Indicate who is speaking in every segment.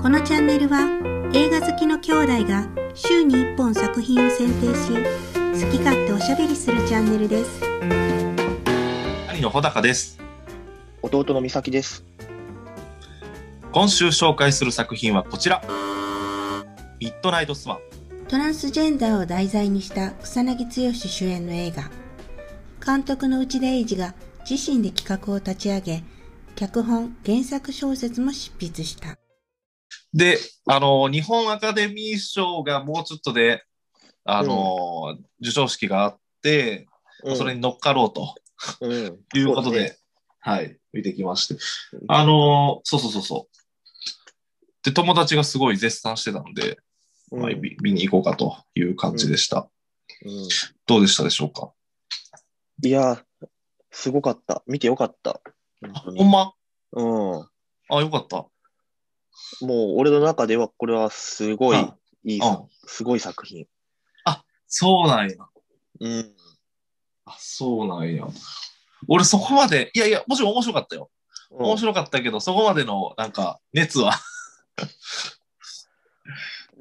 Speaker 1: このチャンネルは映画好きの兄弟が週に1本作品を選定し好き勝手おしゃべりするチャンネルです
Speaker 2: 兄の穂高です。
Speaker 3: 弟の美咲です。
Speaker 2: 今週紹介する作品はこちら。ミッドナイトスワン。
Speaker 1: トランスジェンダーを題材にした草薙剛主演の映画監督の内田英二が自身で企画を立ち上げ脚本原作小説も執筆した
Speaker 2: で、あの、日本アカデミー賞がもうちょっとで、あの、授賞式があって、
Speaker 3: うん、
Speaker 2: それに乗っかろうと
Speaker 3: うん、
Speaker 2: いうことで、
Speaker 3: そうです
Speaker 2: はい、見てきまして。あの、そうそうそうそう。で、友達がすごい絶賛してたので、
Speaker 3: うん
Speaker 2: まあ見見に行こうかという感じでした。
Speaker 3: うん
Speaker 2: どうでしたでしょうか
Speaker 3: いや、すごかった。見てよかっ
Speaker 2: あ
Speaker 3: た。本当
Speaker 2: ほん
Speaker 3: に
Speaker 2: ま
Speaker 3: うん、も
Speaker 2: あ、よかった。
Speaker 3: う俺の中ではこれはすごい
Speaker 2: うん
Speaker 3: いいうさ、
Speaker 2: ん。
Speaker 3: すごい作品。
Speaker 2: そうなんや。
Speaker 3: うん、
Speaker 2: あ、そうなんや。俺そこまで、いやいや、もちろん面白かったよ。面白かったけど、そこまでの、なんか、熱 は。っ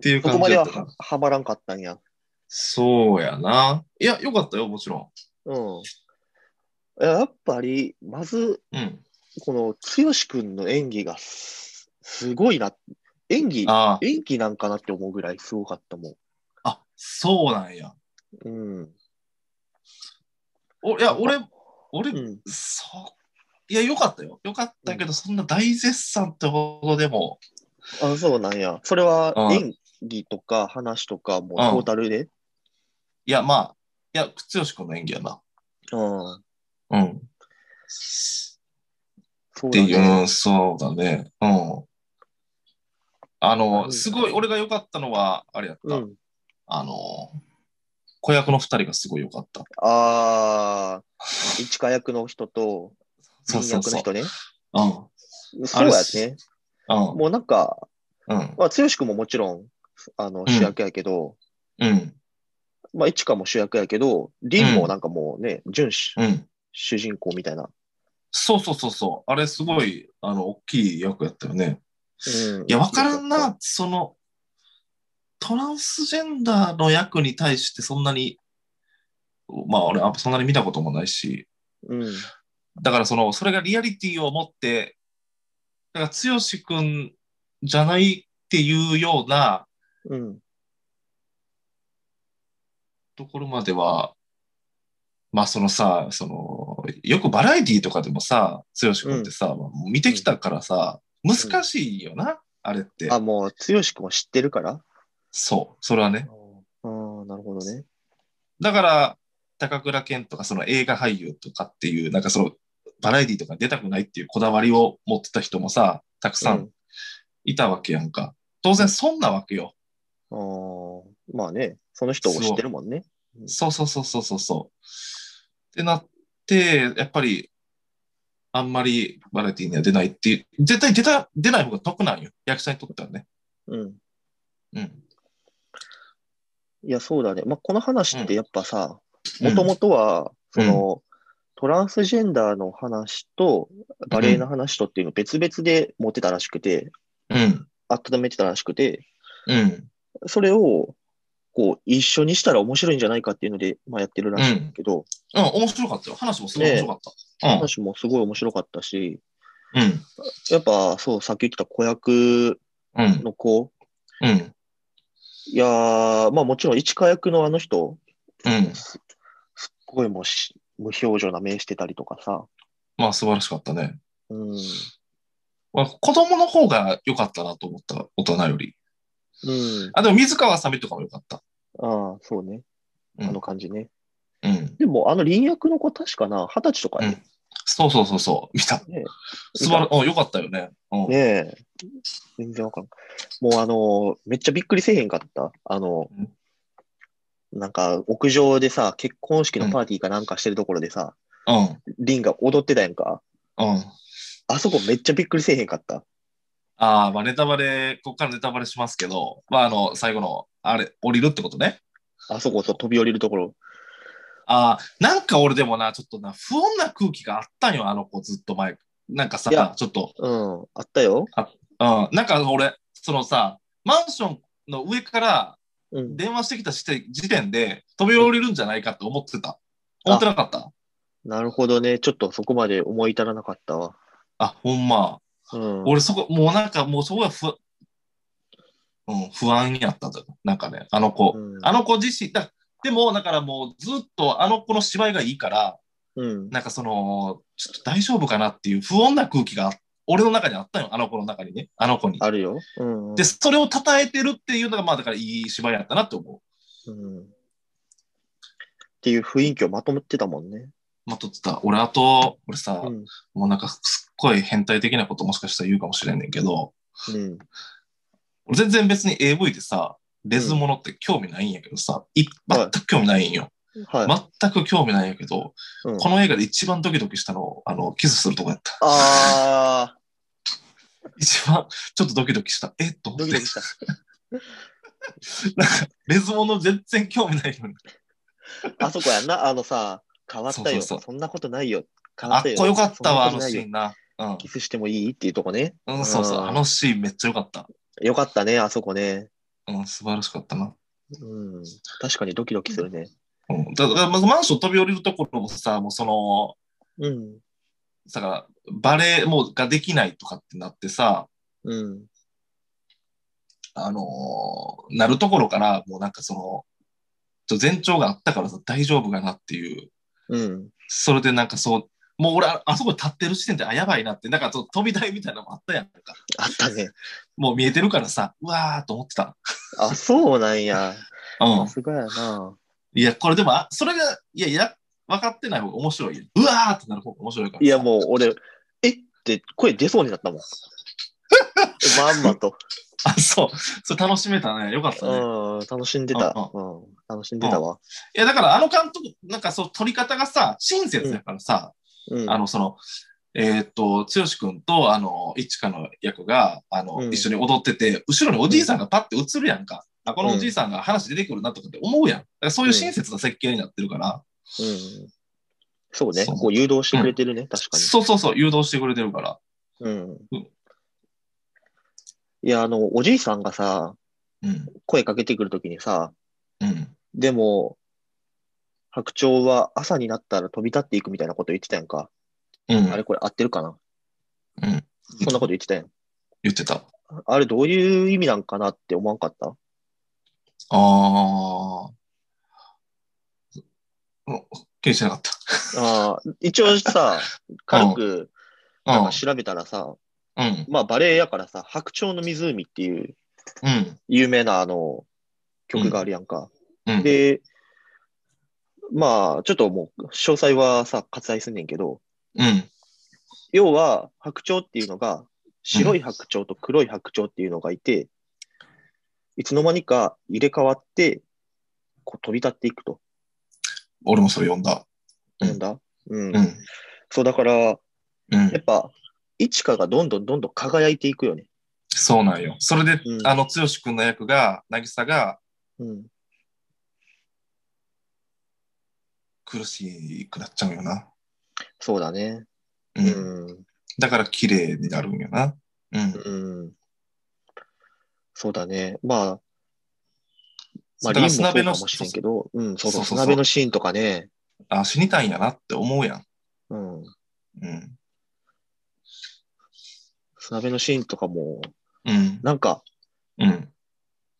Speaker 2: ていう
Speaker 3: そ
Speaker 2: 感
Speaker 3: こま
Speaker 2: じ
Speaker 3: で
Speaker 2: だ
Speaker 3: は
Speaker 2: ったな
Speaker 3: ははまらんかったんや。
Speaker 2: そうやな。いや、よかったよ、もちろ
Speaker 3: うん、ややっぱり、まず、
Speaker 2: ん。うん。
Speaker 3: この剛君の演技がすすごいな。演技、
Speaker 2: あ
Speaker 3: 演技なんかなって思うぐらいすごかったも
Speaker 2: あ、あ、そうなんや。
Speaker 3: ん。うん、
Speaker 2: おいや、俺、俺、
Speaker 3: うん、
Speaker 2: そう。いや、よかったよ。よかったけど、そんな大絶賛ってほどでも、
Speaker 3: あ、そうなんや。それは
Speaker 2: うん
Speaker 3: 演技とか話とかも
Speaker 2: うん
Speaker 3: トータルで。
Speaker 2: いや、まあ、いや、靴吉君の演技やな。
Speaker 3: うん。
Speaker 2: うん。
Speaker 3: そう
Speaker 2: って
Speaker 3: だ
Speaker 2: いう、
Speaker 3: ね。
Speaker 2: うん、そうだね。うん。あの、すごい、俺が良かったのは、あれやった。
Speaker 3: うん。
Speaker 2: あの、子役の二人がすごい良かった。
Speaker 3: ああ、一華役の人と、
Speaker 2: そう
Speaker 3: 二
Speaker 2: そう
Speaker 3: 役
Speaker 2: そ
Speaker 3: の
Speaker 2: う。
Speaker 3: 人ね。
Speaker 2: うん。
Speaker 3: そうや
Speaker 2: あれ
Speaker 3: ね。
Speaker 2: うん。
Speaker 3: もうなんか、
Speaker 2: うん。
Speaker 3: まあ、剛君ももちろん、あの、
Speaker 2: ん
Speaker 3: 主役やけど、
Speaker 2: うん。
Speaker 3: まあ、一華も主役やけど、凛もなんかもうね、準主
Speaker 2: うん。
Speaker 3: 主人公みたいな。
Speaker 2: そうそうそうそう。あれ、すごい、あの、大きい役やったよね。
Speaker 3: うん。
Speaker 2: いや、わからんな。その、トランスジェンダーの役に対してそんなに、まあ、俺、あそんなに見たこともないし、
Speaker 3: うん。
Speaker 2: だからその、それがリアリティを持って、だから、剛くんじゃないっていうような
Speaker 3: うん。
Speaker 2: ところまでは、まあそのさ、その、よくバラエティとかでもさ、剛くんってさ、まあ見てきたからさ、難しいよな、あれって
Speaker 3: あ、。もう、剛君は知ってるから。
Speaker 2: そう、それはね。
Speaker 3: ああ、なるほどね。
Speaker 2: だから、高倉健とかその映画俳優とかっていう、なんかその、バラエティとかに出たくないっていうこだわりを持ってた人もさ、たくさ
Speaker 3: うん
Speaker 2: んいたわけやんか。当然そんなわけよ。
Speaker 3: あーまあね、その人を知ってるもんね。
Speaker 2: そうそうそうそうそうそう。ってなって、やっぱり、あんまりバラエティには出ないっていう、絶対出た、出ない方が得なんよ。役者にとってはね。
Speaker 3: うん。
Speaker 2: うん。
Speaker 3: いや、そうだね。まあ、この話ってやっぱさ、
Speaker 2: う
Speaker 3: も
Speaker 2: ん
Speaker 3: ともとは、
Speaker 2: う
Speaker 3: そ
Speaker 2: ん
Speaker 3: の、トランスジェンダーの話と、バレエの話とっていうのを別々で持ってたらしくて、
Speaker 2: うん。
Speaker 3: 温めてたらしくて、
Speaker 2: うん。
Speaker 3: それを、こう、一緒にしたら面白いんじゃないかっていうので、まあ、やってるらしいんだけど、
Speaker 2: うん、面白かったよ。話もすごい面白かった。
Speaker 3: 話もすごい面白かったし、
Speaker 2: うん。
Speaker 3: やっぱ、そう、さっき言ってた子役
Speaker 2: うん。うん。
Speaker 3: の子、
Speaker 2: うん。
Speaker 3: いやー、まあ、もちろん、市川役のあの人、
Speaker 2: うん。
Speaker 3: すすっごいもうし、無表情な目してたりとかさ、
Speaker 2: まあ、素晴らしかったね。
Speaker 3: うん。
Speaker 2: まあ、子供の方が良かったなと思った、大人より。
Speaker 3: うん。
Speaker 2: あ、でも水川あさみとかも良かった。
Speaker 3: ああ、そうね。
Speaker 2: うん
Speaker 3: あの感じね。
Speaker 2: うん。
Speaker 3: でも、あの、林役の子、確かな、二十歳とか
Speaker 2: う
Speaker 3: ね
Speaker 2: ん。そうそうそうそう。見た。
Speaker 3: ね
Speaker 2: 素晴ら、うん、良かったよね。うん。
Speaker 3: ねえ。全然わからん。もう、あの、めっちゃびっくりせえへんかった。あの、なんか、屋上でさ、結婚式のパーティーかなんかしてるところでさ、林が踊ってたやんか。
Speaker 2: うん。うん。
Speaker 3: あそこめっちゃびっくりせえへんかった。
Speaker 2: ああ、まあネタバレ、ここからネタバレしますけど、まああの、最後の、あれ、降りるってことね。
Speaker 3: あそこ、そう、飛び降りるところ。
Speaker 2: ああ、なんか俺でもな、ちょっとな、不穏な空気があったんよ、あの子ずっと前。なんか
Speaker 3: いや
Speaker 2: さ、ちょっと、
Speaker 3: うん、あった
Speaker 2: う
Speaker 3: よ。
Speaker 2: ん、なんか俺、そのさ、マンションの上から
Speaker 3: うん。
Speaker 2: 電話してきたして時点で飛び降りるんじゃないかと思ってた。思ってなかった
Speaker 3: なるほどね。ちょっとそこまで思い至らなかったわ。
Speaker 2: あ、ほんま。
Speaker 3: うん。
Speaker 2: 俺そこ、もうなんかもうそこが不安、うん、不安やったんだよ。なんかね、あの子。
Speaker 3: うん
Speaker 2: あの子自身、だでも、だからもうずっとあの子の芝居がいいから、
Speaker 3: うん。
Speaker 2: なんかその、ちょっと大丈夫かなっていう不穏な空気が俺の中にあったよ。あの子の中にね。あの子に。
Speaker 3: あるよ。うんうん。
Speaker 2: で、それを称えてるっていうのが、まあだからいい芝居やったなって思
Speaker 3: うん。っていう雰囲気をまとめてたもんね。
Speaker 2: う。まあ、とってた。俺、あと、俺さ、
Speaker 3: うん。
Speaker 2: もうなんかすっごい変態的なこともしかしたら言うかもしれんねんけど、
Speaker 3: うん。
Speaker 2: 俺全然別に AV でさ、レズものって興味ないんやけどさ、い全く興味ないんよ。
Speaker 3: はい。
Speaker 2: 全く興味ないんやけど、
Speaker 3: うん
Speaker 2: この映画で一番ドキドキしたの、あの、キスするとこやった。
Speaker 3: あ
Speaker 2: 一番、ちょっとドキドキした。えっと
Speaker 3: ー、
Speaker 2: 思
Speaker 3: ド
Speaker 2: っ
Speaker 3: キ
Speaker 2: て
Speaker 3: ドキした。
Speaker 2: なんか、レズもの全然興味ないのに。
Speaker 3: あそこやんな、あのさ、変わった
Speaker 2: そ
Speaker 3: よ。
Speaker 2: うそうそう
Speaker 3: そんなことないよ。変わ
Speaker 2: あ
Speaker 3: った
Speaker 2: っ
Speaker 3: よ。
Speaker 2: こよかったわ、あ
Speaker 3: そ
Speaker 2: の
Speaker 3: んなことない
Speaker 2: シ
Speaker 3: よ
Speaker 2: ーンな。うん。
Speaker 3: キスしてもいいっていうとこね。
Speaker 2: うん、そうそう。
Speaker 3: うん
Speaker 2: あのシーンめっちゃよかった。
Speaker 3: よかったね、あそこね。
Speaker 2: うん、素晴らしかったな。
Speaker 3: うん。確かにドキドキするね。
Speaker 2: うん。だだから、まずマンション飛び降りるところもさ、もうその、
Speaker 3: うん。
Speaker 2: だから、バレエもうができないとかってなってさ、
Speaker 3: うん。
Speaker 2: あのーなるところから、もうなんかその、ちょ前兆があったからさ、大丈夫かなっていう。
Speaker 3: うん。
Speaker 2: それでなんかそう、もう俺、ああそこ立ってる時点で、あ、やばいなって、なんかそう飛び台みたいなのもあったやんか。
Speaker 3: あったね。
Speaker 2: もう見えてるからさ、うわーと思ってた。
Speaker 3: あ、そうなんや。
Speaker 2: う
Speaker 3: さ
Speaker 2: ん。
Speaker 3: すがやな。
Speaker 2: いや、これでも、あそれが、いや、いや、分かってない方が面白いよ。うわーってなる方が面白いからさ。
Speaker 3: いや、もう俺、えって声出そうに なったもん。まんまと。
Speaker 2: あ、そう。それ楽しめたね。よかったね。い
Speaker 3: うん。楽しんでた。
Speaker 2: う
Speaker 3: うん。楽しんでたわ。
Speaker 2: や、だからあの監督、なんかそう、撮り方がさ、親切だからさ、
Speaker 3: うん。
Speaker 2: あの、その、えーっと、剛くんと、あの、いちかの役が、あの、
Speaker 3: うん
Speaker 2: 一緒に踊ってて、後ろにおじいさんがパッて映るやんか。あ、このおじいさんが話出てくるなとかって思うやん。だからそういう親切な設計になってるから、
Speaker 3: うん。そうね。
Speaker 2: そう
Speaker 3: こう誘導してくれてるね。確かに。
Speaker 2: そうそうそう、誘導してくれてるから。
Speaker 3: うん
Speaker 2: うん
Speaker 3: いや、あの、おじいさんがさ、
Speaker 2: うん。
Speaker 3: 声かけてくるときにさ、
Speaker 2: うん。
Speaker 3: でも、白鳥は朝になったら飛び立っていくみたいなこと言ってたやんか。
Speaker 2: うん
Speaker 3: あ。れこれ合ってるかな
Speaker 2: うん
Speaker 3: そんなこと言ってたやん。
Speaker 2: 言ってた。
Speaker 3: あれどういう意味なんかなって思わんかった
Speaker 2: ああ。うん気にしなかった。
Speaker 3: ああ、一応 さ、軽くなんか
Speaker 2: う
Speaker 3: 調べたらさ、
Speaker 2: ん。
Speaker 3: まあバレエやからさ、白鳥の湖っていう
Speaker 2: うん。
Speaker 3: 有名なあの曲があるやんか。
Speaker 2: うん。
Speaker 3: で、まあ、ちょっともう、詳細はさ、割愛すんねんけど、
Speaker 2: うん。
Speaker 3: 要は、白鳥っていうのが、白い白鳥と黒い白鳥っていうのがいて、いつの間にか入れ替わって、こう飛び立っていくと。
Speaker 2: 俺もそれ読んだ。うん
Speaker 3: なんだうん。
Speaker 2: うん。
Speaker 3: そう、だから、や
Speaker 2: うん
Speaker 3: っ。ぱ、いちかがどんどんどんどん輝いていくよね。
Speaker 2: そうなんよ。それで、
Speaker 3: うん
Speaker 2: あの、剛くんの役が、渚が
Speaker 3: うん。
Speaker 2: 苦しくなっちゃうよな。
Speaker 3: そうだね。
Speaker 2: う。
Speaker 3: うんん。
Speaker 2: だから、綺麗になるんよな。うん。
Speaker 3: うん。そうだね。まあ、まあ、
Speaker 2: だから、
Speaker 3: リンも
Speaker 2: ス
Speaker 3: そ
Speaker 2: ナベ
Speaker 3: うか
Speaker 2: の、
Speaker 3: もしれんけど、うん、そうそ、
Speaker 2: そうう
Speaker 3: ス
Speaker 2: そうそう
Speaker 3: ナベのシーンとかね、
Speaker 2: あ、死にたいんやなって思うやん。
Speaker 3: うん、
Speaker 2: うん。
Speaker 3: スナベのシーンとかも、
Speaker 2: うん。
Speaker 3: なんか、
Speaker 2: うん。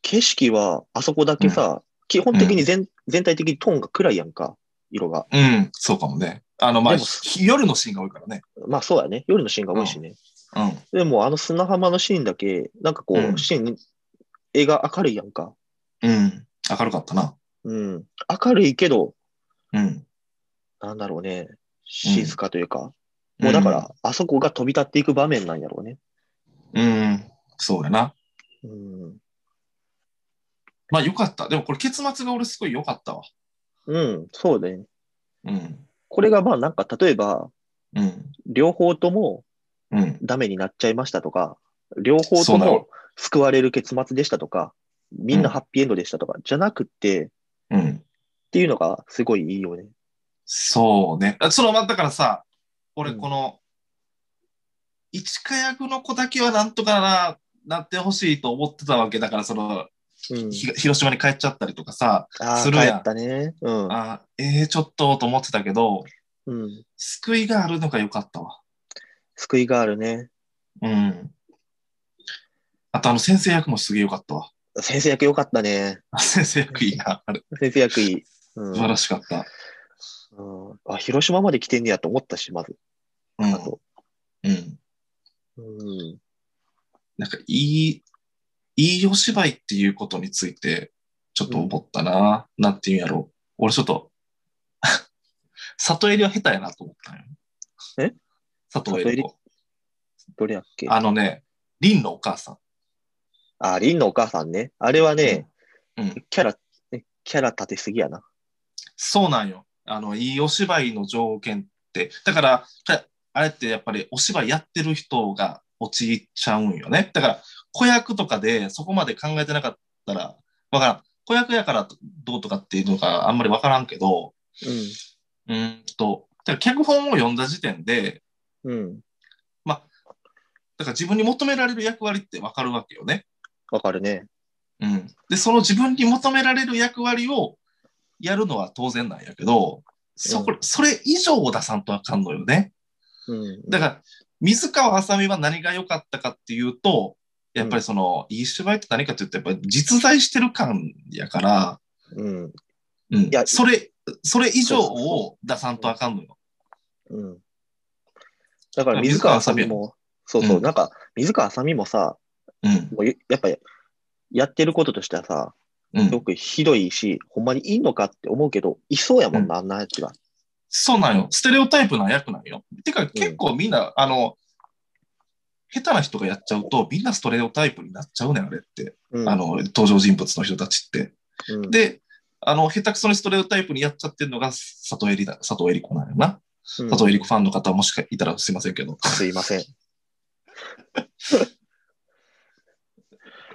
Speaker 3: 景色はあそこだけさ、基本的に全全体的にトーンが暗いやんか、色が。
Speaker 2: うん。そうかもね。あの、まあ
Speaker 3: でも、
Speaker 2: 夜のシーンが多いからね。
Speaker 3: まあそうやね、夜のシーンが多いしね。
Speaker 2: うん。
Speaker 3: でも、あの砂浜のシーンだけ、なんかこ
Speaker 2: う
Speaker 3: う、
Speaker 2: ん
Speaker 3: シーン、絵が明るいやんか。
Speaker 2: うん。明るかったな。
Speaker 3: うん、明るいけど、
Speaker 2: うん。
Speaker 3: なんだろうね、静かというか、もうだから、あそこが飛び立っていく場面なんやろうね。
Speaker 2: うん、そうやな。
Speaker 3: うん、
Speaker 2: まあよかった。でもこれ結末が俺すごい良かったわ。
Speaker 3: うん、そうだね。
Speaker 2: うん。
Speaker 3: これがまあなんか、例えば、
Speaker 2: うん。
Speaker 3: 両方とも、
Speaker 2: うん。
Speaker 3: ダメになっちゃいましたとか、両方
Speaker 2: そ
Speaker 3: と
Speaker 2: うな
Speaker 3: も
Speaker 2: の
Speaker 3: 救われる結末でしたとか、みんなハッピーエンドでしたとか、じゃなくて、っ
Speaker 2: うん。
Speaker 3: ていうのがすごいいいよね。
Speaker 2: そうね。あその、まあだからさ、俺
Speaker 3: うん
Speaker 2: この、一華役の子だけはなんとかな、なってほしいと思ってたわけだから、その、
Speaker 3: うん。
Speaker 2: ひ広島に帰っちゃったりとかさ、
Speaker 3: ああ、
Speaker 2: す
Speaker 3: 帰
Speaker 2: るやん
Speaker 3: ったね。うん。
Speaker 2: あええー、ちょっとと思ってたけど、
Speaker 3: うん。
Speaker 2: 救いがあるのが良かったわ。
Speaker 3: 救いがあるね。
Speaker 2: うん。あと、あの、先生役もすげえ良かったわ。
Speaker 3: 先生役良かったね。
Speaker 2: あ先生役いいな。あれ、
Speaker 3: 先生役いい。うん
Speaker 2: 素晴らしかった。
Speaker 3: うんあ、広島まで来てんねやと思ったし、まず。
Speaker 2: うん
Speaker 3: あと。
Speaker 2: うん。
Speaker 3: うん。
Speaker 2: なんか、いい、いいお芝居っていうことについて、ちょっと思ったな。なんていうんやろう。俺ちょっと、 里襟は下手やなと思ったんよ。
Speaker 3: え
Speaker 2: 里襟子。
Speaker 3: どれやっけあ
Speaker 2: あのね、凛のお母さん。
Speaker 3: あ、リンのお母さんね。あれはね、
Speaker 2: うんうん
Speaker 3: キャラ、えキャラ立てすぎやな。
Speaker 2: そうなんよ。あの、いいお芝居の条件って、だから、かあれってやっぱりお芝居やってる人が陥っちゃうんよね。だから、子役とかでそこまで考えてなかったら、わからん。子役やからどうとかっていうのがあんまりわからんけど、うーんと、だから脚本を読んだ時点で、
Speaker 3: うん。うん。
Speaker 2: だから自分に求められる役割ってわかるわけよね。
Speaker 3: わかるね。
Speaker 2: うん。で、その自分に求められる役割をやるのは当然なんやけど、そこ、
Speaker 3: うん
Speaker 2: それ以上を出さんとあかんのよね。
Speaker 3: うん。
Speaker 2: だから、水川あさみは何が良かったかっていうと、やっぱりその、いい芝居って何かっていうと、やっぱり実在してる感やから、
Speaker 3: うん。
Speaker 2: うん、
Speaker 3: や
Speaker 2: それ、それ以上
Speaker 3: そうそう
Speaker 2: を出さんとあかんのよ。
Speaker 3: うん。だから
Speaker 2: 水
Speaker 3: 水
Speaker 2: 川
Speaker 3: 川
Speaker 2: あ
Speaker 3: あ
Speaker 2: さ
Speaker 3: さ
Speaker 2: み
Speaker 3: みも、そうそう、
Speaker 2: うん
Speaker 3: なんか、水川あさみもさ、
Speaker 2: うん。
Speaker 3: もうややっぱり、やってることとしてはさ、
Speaker 2: うん
Speaker 3: すごくひどいし、ほんまにいいのかって思うけど、いそうやもんな、あんなやつが。
Speaker 2: そうなんよ。ステレオタイプな役なんよ。てか結構みんな、あの、下手な人がやっちゃうと、みんなストレオタイプになっちゃうねん、あれって。
Speaker 3: うん
Speaker 2: あ、の、登場人物の人たちって。
Speaker 3: うん、
Speaker 2: で、あの、下手くそにストレオタイプにやっちゃってるのが里襟だ、里襟子なんよな。
Speaker 3: うん
Speaker 2: 里襟子ファンの方もしかいたらすいませんけど。
Speaker 3: すいません。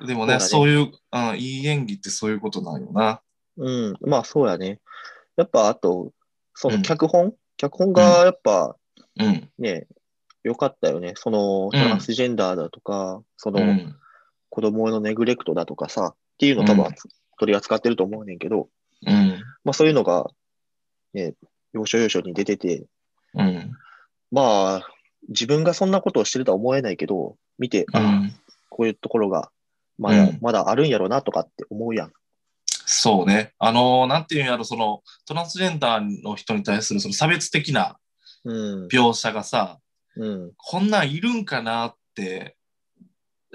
Speaker 2: でもね、そ
Speaker 3: そう
Speaker 2: いう、うん、いい演技ってそういうことなんよな。
Speaker 3: うん、まあそうやね。やっぱあと、そ
Speaker 2: うん
Speaker 3: の脚本、脚本がやっぱ
Speaker 2: うん。
Speaker 3: ね、良かったよね。その
Speaker 2: ん
Speaker 3: トランスジェンダーだとか、そうの
Speaker 2: ん。
Speaker 3: 子供へのネグレクトだとかさ、っていうの多分
Speaker 2: うん
Speaker 3: 取り扱ってると思うねんけど、
Speaker 2: うん。
Speaker 3: まあそういうのが、ね、要所要所に出てて、
Speaker 2: うん。
Speaker 3: まあ自分がそんなことをしてるとは思えないけど、見て、
Speaker 2: う
Speaker 3: あ
Speaker 2: ん。
Speaker 3: こういうところがまだ、
Speaker 2: うん
Speaker 3: まだあるんやろなとかって思うやん。
Speaker 2: そうね。あのーなんていうんやろ、その、トランスジェンダーの人に対するその差別的な
Speaker 3: うん、
Speaker 2: 描写がさ、
Speaker 3: うん、
Speaker 2: こんなんいるんかなって、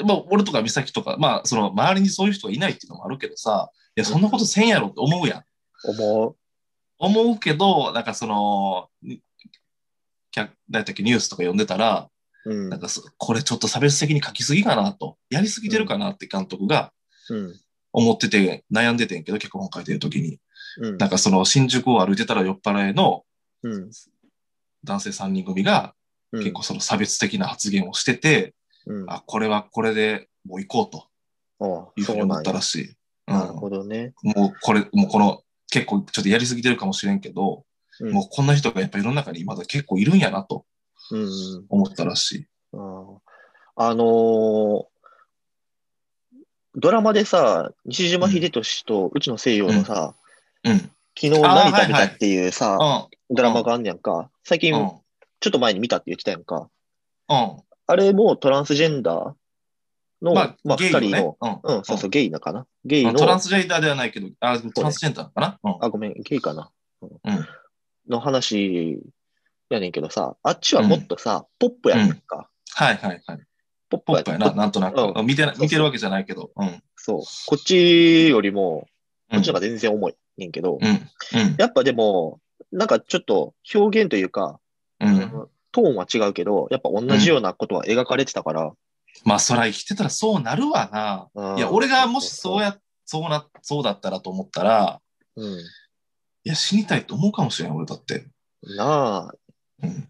Speaker 2: まあ、俺とか美咲とか、まあ、その、周りにそういう人がいないっていうのもあるけどさ、いや、そんなことせんやろって思うやん。
Speaker 3: 思う。
Speaker 2: 思うけど、なんかその、に客何やったっけ、ニュースとか読んでたら、
Speaker 3: うん
Speaker 2: なん、かそこれちょっと差別的に書きすぎかなと、やりすぎてるかなって監督が
Speaker 3: うん、
Speaker 2: 思ってて悩んでてんけど、脚本書いてる時に。
Speaker 3: うん
Speaker 2: なんかその新宿を歩いてたら酔っ払いの
Speaker 3: うん、
Speaker 2: 男性3人組が
Speaker 3: うん、
Speaker 2: 結構その差別的な発言をしてて、
Speaker 3: うん、
Speaker 2: あ、これはこれでもう行こうと
Speaker 3: あ
Speaker 2: いうふうに
Speaker 3: そう
Speaker 2: 思
Speaker 3: な
Speaker 2: っ
Speaker 3: ん
Speaker 2: た
Speaker 3: や
Speaker 2: ら。しい。うん、
Speaker 3: なるほどね。
Speaker 2: もうこれ、もうこの結構ちょっとやりすぎてるかもしれんけど、
Speaker 3: うん
Speaker 2: もうこんな人がやっぱ世の中にまだ結構いるんやなと
Speaker 3: うん
Speaker 2: 思ったらしい。
Speaker 3: うん。あのードラマでさ、西島秀俊とうちの西洋のさ、
Speaker 2: うん。
Speaker 3: 昨日何食べたっていう
Speaker 2: う
Speaker 3: さ、
Speaker 2: ん。
Speaker 3: ドラマがあんねやんか。最近、
Speaker 2: うん。
Speaker 3: ちょっと前に見たって言ってたやんか。
Speaker 2: う
Speaker 3: あれもトランスジェンダーの、
Speaker 2: ん。まあ
Speaker 3: まあ、、
Speaker 2: ゲ
Speaker 3: 二
Speaker 2: イよ
Speaker 3: 人
Speaker 2: ね
Speaker 3: の、
Speaker 2: うん。
Speaker 3: うん、そうそう、ゲイなかな。ゲイ
Speaker 2: あトラン
Speaker 3: の、
Speaker 2: スジェンダーではないけど、あトランスジェンダーかな
Speaker 3: あ、ごめん、ゲイかな。
Speaker 2: うん。うん。
Speaker 3: の話やねんけどさ、あっちはもっとさ、ポップやねんか。
Speaker 2: はいはいはい。
Speaker 3: ポップ
Speaker 2: ポ
Speaker 3: や
Speaker 2: ップやな、なんとな
Speaker 3: う
Speaker 2: く。見てな
Speaker 3: そうそう
Speaker 2: 見てるわけじゃないけど。うん。
Speaker 3: そう。こっちよりも、
Speaker 2: う
Speaker 3: こ
Speaker 2: ん
Speaker 3: っちの方が全然重いねんけど、
Speaker 2: うん。うん
Speaker 3: やっぱでも、なんかちょっと表現というか、
Speaker 2: うん。
Speaker 3: トーンは違うけど、やっぱ同じようなことは描かれてたから。
Speaker 2: まあ、そら生きてたらそうなるわな。
Speaker 3: うん
Speaker 2: いや、俺がもしそうや、そうな、そうだったらと思ったら、
Speaker 3: そうそう
Speaker 2: いや、死にたいと思うかもしれん、俺だって。
Speaker 3: うん。なあ、
Speaker 2: うん。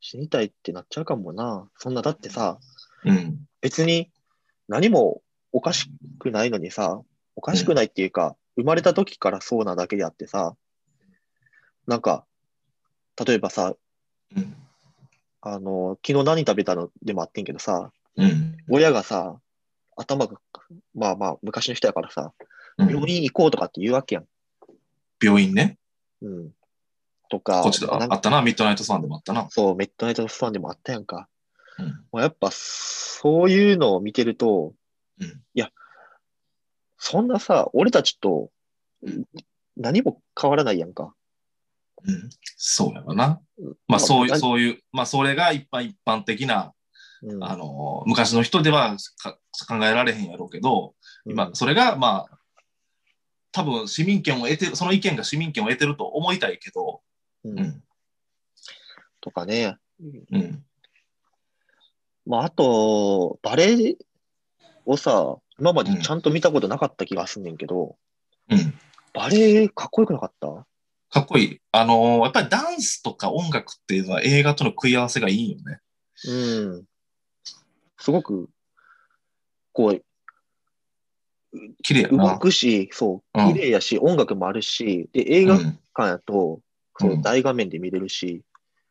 Speaker 3: 死にたいってなっちゃうかもな。そんな、だってさ、
Speaker 2: うん。
Speaker 3: 別に何もおかしくないのにさ、おかしくないっていうか、生まれた時からそうなだけであってさ、なんか、例えばさ、
Speaker 2: うん。
Speaker 3: あの、昨日何食べたのでもあってんけどさ、
Speaker 2: うん。
Speaker 3: 親がさ、頭が、まあまあ、昔の人やからさ、
Speaker 2: うん
Speaker 3: 病院行こうとかって言うわけやん。
Speaker 2: 病院ね。
Speaker 3: うん。とか、
Speaker 2: こっちだ。
Speaker 3: な
Speaker 2: あ
Speaker 3: ん
Speaker 2: あ
Speaker 3: か
Speaker 2: ったな。ミッドナイトサンでもあったな。
Speaker 3: そう、メッドナイトスワンでもあったやんか。
Speaker 2: うん。
Speaker 3: もうやっぱ、そういうのを見てると、
Speaker 2: うん
Speaker 3: いや、そんなさ、俺たちと
Speaker 2: うん
Speaker 3: 何も変わらないやんか。
Speaker 2: うん。そうやわな。ま
Speaker 3: ま
Speaker 2: あ
Speaker 3: あ
Speaker 2: そういう、
Speaker 3: 何
Speaker 2: そういう、まあそれが一般一般的な、
Speaker 3: うん
Speaker 2: あの、昔の人ではか考えられへんやろうけど、今、それがまあ、多分市民権を得て、その意見が市民権を得てると思いたいけど、
Speaker 3: う
Speaker 2: うんん。
Speaker 3: とかね。
Speaker 2: うん。
Speaker 3: まあ、あと、バレエをさ、今までちゃんと見たことなかった気がすんねんけど、
Speaker 2: うん。
Speaker 3: バレエかっこよくなかった
Speaker 2: かっこいい。あのーやっぱりダンスとか音楽っていうのは映画との食い合わせがいいよね。
Speaker 3: うん。すごく、こう、
Speaker 2: 綺麗やな。
Speaker 3: 動くし、そう、
Speaker 2: うん
Speaker 3: 綺麗やし、音楽もあるし、で、映画
Speaker 2: うん
Speaker 3: 館やと、そううん大画面で見れるし、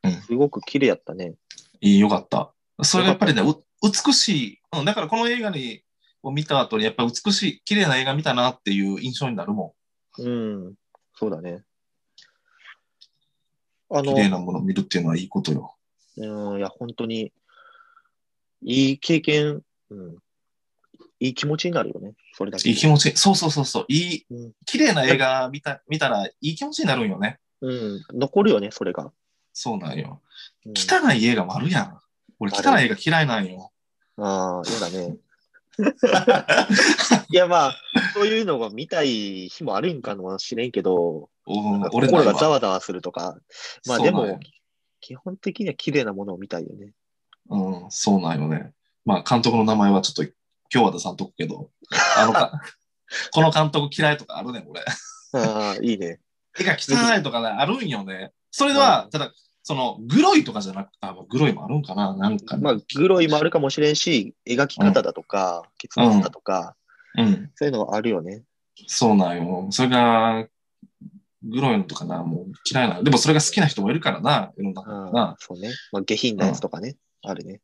Speaker 2: うん
Speaker 3: すごく綺麗やったね。
Speaker 2: いい、よかった。それがやっぱりね、う美しい。うん、だからこの映画にを見た後に、やっぱり美しい、綺麗な映画見たなっていう印象になるも
Speaker 3: うん、そうだね。あ
Speaker 2: ん。綺麗な
Speaker 3: の、
Speaker 2: ものを見るっていうのはいいことよ。
Speaker 3: うん、いや、本当に、いい経験、うん、いい気持ちになるよね、それだけ。
Speaker 2: いい気持ち、そうそうそうそう、いい
Speaker 3: うん、
Speaker 2: 綺麗な映画見た見たらいい気持ちになるんよね。
Speaker 3: うん、残るよね、それが。
Speaker 2: そうなんよ。
Speaker 3: うん、
Speaker 2: 汚い映画もあるやん。俺、
Speaker 3: あ
Speaker 2: 汚
Speaker 3: る
Speaker 2: い映画嫌いなんよ。
Speaker 3: ああ、嫌 だね。いや、まあ、そういうのが見たい日もあるんかもしれんけど、
Speaker 2: うん
Speaker 3: なんか
Speaker 2: 俺
Speaker 3: 心
Speaker 2: ない
Speaker 3: がざ
Speaker 2: わ。
Speaker 3: わざわするとか、まあ
Speaker 2: そう
Speaker 3: で
Speaker 2: なんよ
Speaker 3: も、基本的には綺麗なものを見たいよね。
Speaker 2: うん、そうなんよね。まあ、監督の名前はちょっと今日は出さんとくけど、あの か、この監督嫌いとかあるねん、俺。
Speaker 3: あ あ、いいね。
Speaker 2: 絵が汚いとかね、あるんよね。それでは
Speaker 3: う、ん
Speaker 2: ただ、その、グロいとかじゃなくあ、グロいもあるんかな、なんか、
Speaker 3: まあ、グロいもあるかもしれんし、描き方だとか、結末だとか、
Speaker 2: うん、
Speaker 3: そういうのはあるよね。
Speaker 2: そうなんよ。それが、グロいのとかな、もう嫌いな。でもそれが好きな人もいるからな、世の中
Speaker 3: う
Speaker 2: に
Speaker 3: ん
Speaker 2: は
Speaker 3: そうね。まあ、下品なやつとかね、あるね。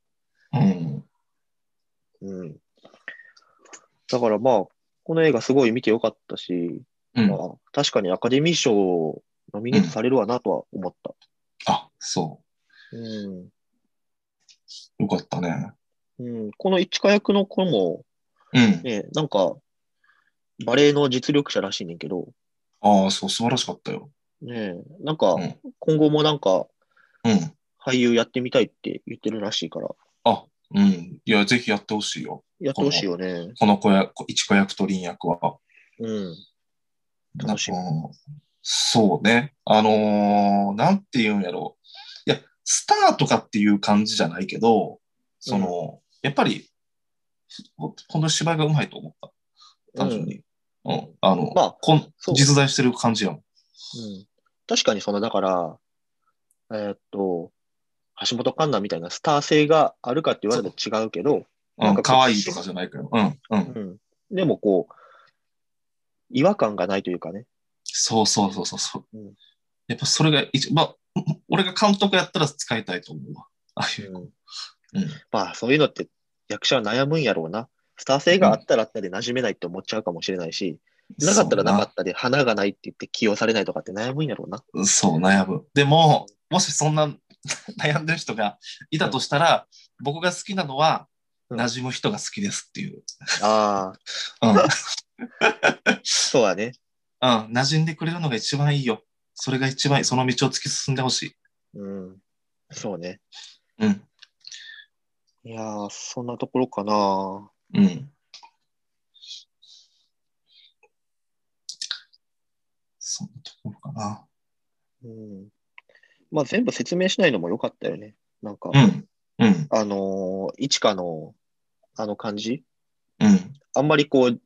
Speaker 2: な。うん。
Speaker 3: うん。だからまあ、この映画すごい見てよかったし、
Speaker 2: うん
Speaker 3: まあ、確かにアカデミー賞ノミネートされるわなとは思った。
Speaker 2: あ、そ
Speaker 3: うん。
Speaker 2: う。よかったね。
Speaker 3: うん、この市川役の子も、
Speaker 2: うん。
Speaker 3: ね、なんか、バレエの実力者らしいねんけど、
Speaker 2: ああ、そう、素晴らしかったよ。
Speaker 3: ね、なんか
Speaker 2: うん、
Speaker 3: 今後もなんか、
Speaker 2: うん。
Speaker 3: 俳優やってみたいって言ってるらしいから、
Speaker 2: あ、うん。いや、ぜひやってほしいよ。
Speaker 3: やってほしいよね。
Speaker 2: この子や、一子役と林役は。
Speaker 3: うん。楽しみ
Speaker 2: なんかそうね。あのーなんて言うんやろう。いや、スターとかっていう感じじゃないけど、その、やっぱり、ほこの芝居がうまいと思った。単純に。うん。あの、
Speaker 3: まあ
Speaker 2: こん
Speaker 3: そう
Speaker 2: 実在してる感じやもん。
Speaker 3: うん。確かにその、だから、えーっと、橋本環奈みたいなスター性があるかって言われたら違うけど、
Speaker 2: う
Speaker 3: なん
Speaker 2: ん。
Speaker 3: かこう
Speaker 2: 可愛いとかじゃないけど。うん。うん。
Speaker 3: うん。でもこう、違和感がないというかね。
Speaker 2: そうそうそうそうそう。
Speaker 3: うん
Speaker 2: やっぱそれが一、まあ、俺が監督やったら使いたいと思うわ。ああいう。うん。
Speaker 3: まあ、そういうのって役者は悩むんやろうな。スター性があったらあったで馴染めないって思っちゃうかもしれないし、なかったらなかったで花がないって言って起用されないとかって悩むんやろうな。
Speaker 2: そう、悩む。でも、もしそんな 悩んでる人がいたとしたら、僕が好きなのは、
Speaker 3: うん
Speaker 2: 馴染む人が好きですっていう。
Speaker 3: ああ、
Speaker 2: うん。 うん。
Speaker 3: そうだね。
Speaker 2: 馴染んでくれるのが一番いいよ。それが一番いい。その道を突き進んでほしい。
Speaker 3: うん。そうね。
Speaker 2: うん。
Speaker 3: いやー、そんなところかな。
Speaker 2: うん。そんなところかな。
Speaker 3: うん。まあ、全部説明しないのも良かったよね。なんか、
Speaker 2: うん。うん。
Speaker 3: あのー、いちかの、あの感じ。
Speaker 2: うん。
Speaker 3: あんまりこう、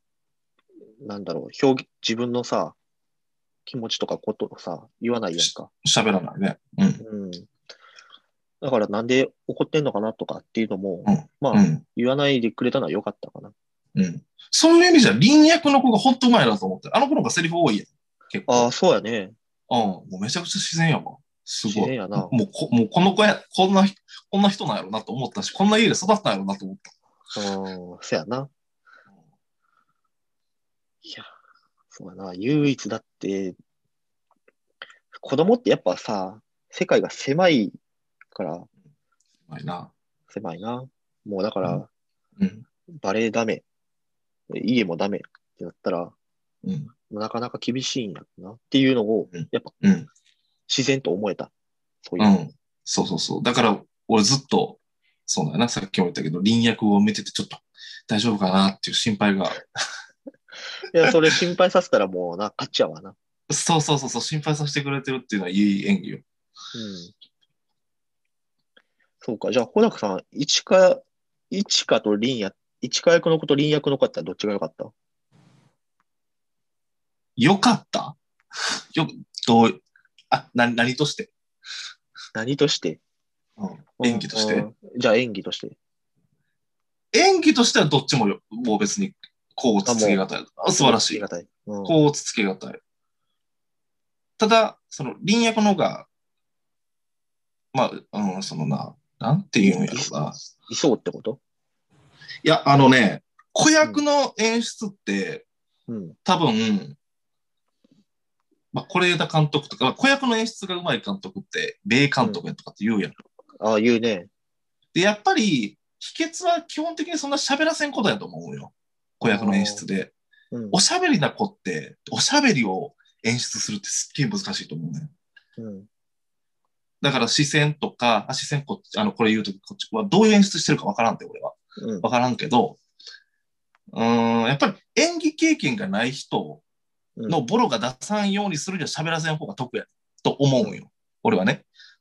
Speaker 3: なんだろう、表現、自分のさ、気持ちとかことをさ、言わないやんか。
Speaker 2: 喋らないね。うん。
Speaker 3: うん。だからなんで怒ってんのかなとかっていうのも、
Speaker 2: うん
Speaker 3: ま
Speaker 2: う
Speaker 3: あ、
Speaker 2: ん。
Speaker 3: 言わないでくれたのは良かったかな。
Speaker 2: うん。そういう意味じゃ、林役の子がほんとうまいなと思って。あの子の方がセリフ多いやん。結構。
Speaker 3: ああ、そうやね。
Speaker 2: うん、もうめちゃくちゃ自然やわ。す
Speaker 3: 自
Speaker 2: ご
Speaker 3: 然
Speaker 2: い。
Speaker 3: やな。
Speaker 2: もうこ、もうこの子や、こんな人、こんな人なんやろなと思ったし、こんな家で育ったんやろなと思っ
Speaker 3: うん、そうやな。
Speaker 2: た。
Speaker 3: いや、そうやな。唯一だって、子供ってやっぱさ、世界が狭いから、
Speaker 2: うまいな。
Speaker 3: 狭いな。もうだから、
Speaker 2: うん。
Speaker 3: バレエダメ。家もダメってなったら、
Speaker 2: うん。
Speaker 3: なかなか厳しいんやなっていうのを
Speaker 2: うん、
Speaker 3: やっぱ
Speaker 2: うん。
Speaker 3: 自然と思えた。そういうう。
Speaker 2: ん。そうそうそう。だから、俺ずっと、そうだよな、さっきも言ったけど、林薬を見てて、ちょっと大丈夫かなっていう心配が、
Speaker 3: いや、それ心配させたらもうな、勝っちゃうわな。
Speaker 2: そうそうそうそう、心配させてくれてるっていうのはいい演技よ。
Speaker 3: うん。そうか。じゃあ、穂高さん、一花、一花と凛や、一花役の子と凛役の子だったらどっちが良かった
Speaker 2: よかった よ、どう、あ、な、何として、
Speaker 3: 何として
Speaker 2: うん、演技として、
Speaker 3: うんじゃあ演技として。
Speaker 2: 演技としてはどっちもよ、もう別に、こうつつけがたい。あ素晴らし
Speaker 3: あり
Speaker 2: い
Speaker 3: が。たい。うん。
Speaker 2: こうつつけがたい。ただ、その、林薬の方が、まあ、うん、そのな、なんていうんやろうな。
Speaker 3: いそうってこと
Speaker 2: いや、あのね、子役の演出って、
Speaker 3: うん。
Speaker 2: 多分、まあ、是枝監督とか、まあ子役の演出が上手い監督って、米監督やとかって言うやん。
Speaker 3: ああ、言うね。
Speaker 2: で、やっぱり、秘訣は基本的にそんな喋らせんことやと思うよ。子役の演出で。
Speaker 3: うん。
Speaker 2: おしゃべりな子って、おしゃべりを演出するってすっげえ難しいと思うね。
Speaker 3: うん。
Speaker 2: だから視線とか、あ視線こっち、あの、これ言うときこっちはどういう演出してるかわからんって、俺は。
Speaker 3: うん。
Speaker 2: わからんけど、うーん、やっぱり演技経験がない人のボロが出さんようにするには喋らせん方が得やと思うんよ。俺はね。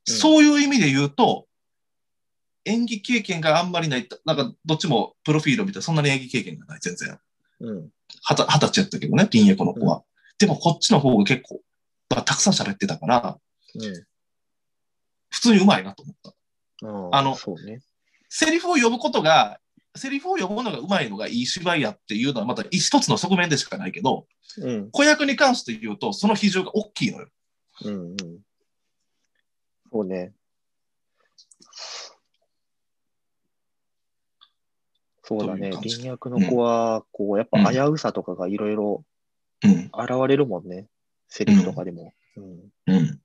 Speaker 3: うん
Speaker 2: そういう意味で言うと、演技経験があんまりない、なんかどっちもプロフィール見たらそんなに演技経験がない、全然。
Speaker 3: うん。
Speaker 2: はた二十歳やったけどね、林役の子は。でもこっちの方が結構、まあ、たくさん喋ってたから、
Speaker 3: う
Speaker 2: 普通にうまいなと思った。
Speaker 3: ん。
Speaker 2: あの
Speaker 3: そうね。
Speaker 2: セリフを呼ぶことが、セリフを呼ぶのがうまいのがいい芝居やっていうのはまた一つの側面でしかないけど、
Speaker 3: うん。
Speaker 2: 子役に関して言うと、その比重が大きいのよ。
Speaker 3: うん。うん。そうね。そうだ
Speaker 2: どうい
Speaker 3: ね。
Speaker 2: う感じ
Speaker 3: 林役の子は、こう、やっぱ危うさとかがいろいろ
Speaker 2: うん。
Speaker 3: 現れるもんね。セリフとかでも。うん。
Speaker 2: うん。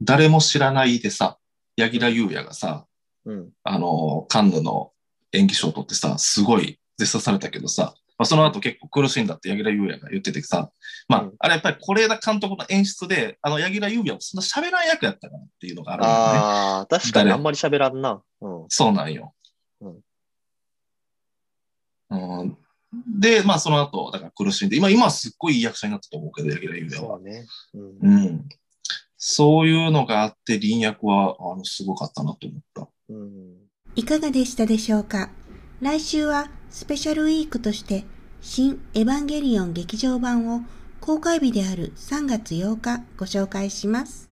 Speaker 2: 誰も知らないでさ、柳楽優弥がさ、
Speaker 3: うん。
Speaker 2: あの、カンヌの演技賞を取ってさ、すごい絶賛されたけどさ、まあ、その後結構苦しいんだって柳楽優弥が言っててさ、まあ、
Speaker 3: うん
Speaker 2: あれやっぱり是枝監督の演出で、あの柳楽優弥はそんな喋らん役やったかなっていうのがあるんだよね。
Speaker 3: ああ、確かに
Speaker 2: 誰
Speaker 3: あんまり喋らんな。うん。
Speaker 2: そうなんよ。
Speaker 3: うん
Speaker 2: うんで、まあその後、だから苦しんで、今、今はすっごいいい役者になったと思うけど、柳楽優弥は
Speaker 3: そ。うだね。うん
Speaker 2: う。ん。そういうのがあって、林役は、あの、すごかったなと思った。
Speaker 3: うん。
Speaker 1: いかがでしたでしょうか来週はスペシャルウィークとして新エヴァンゲリオン劇場版を公開日である3月8日ご紹介します。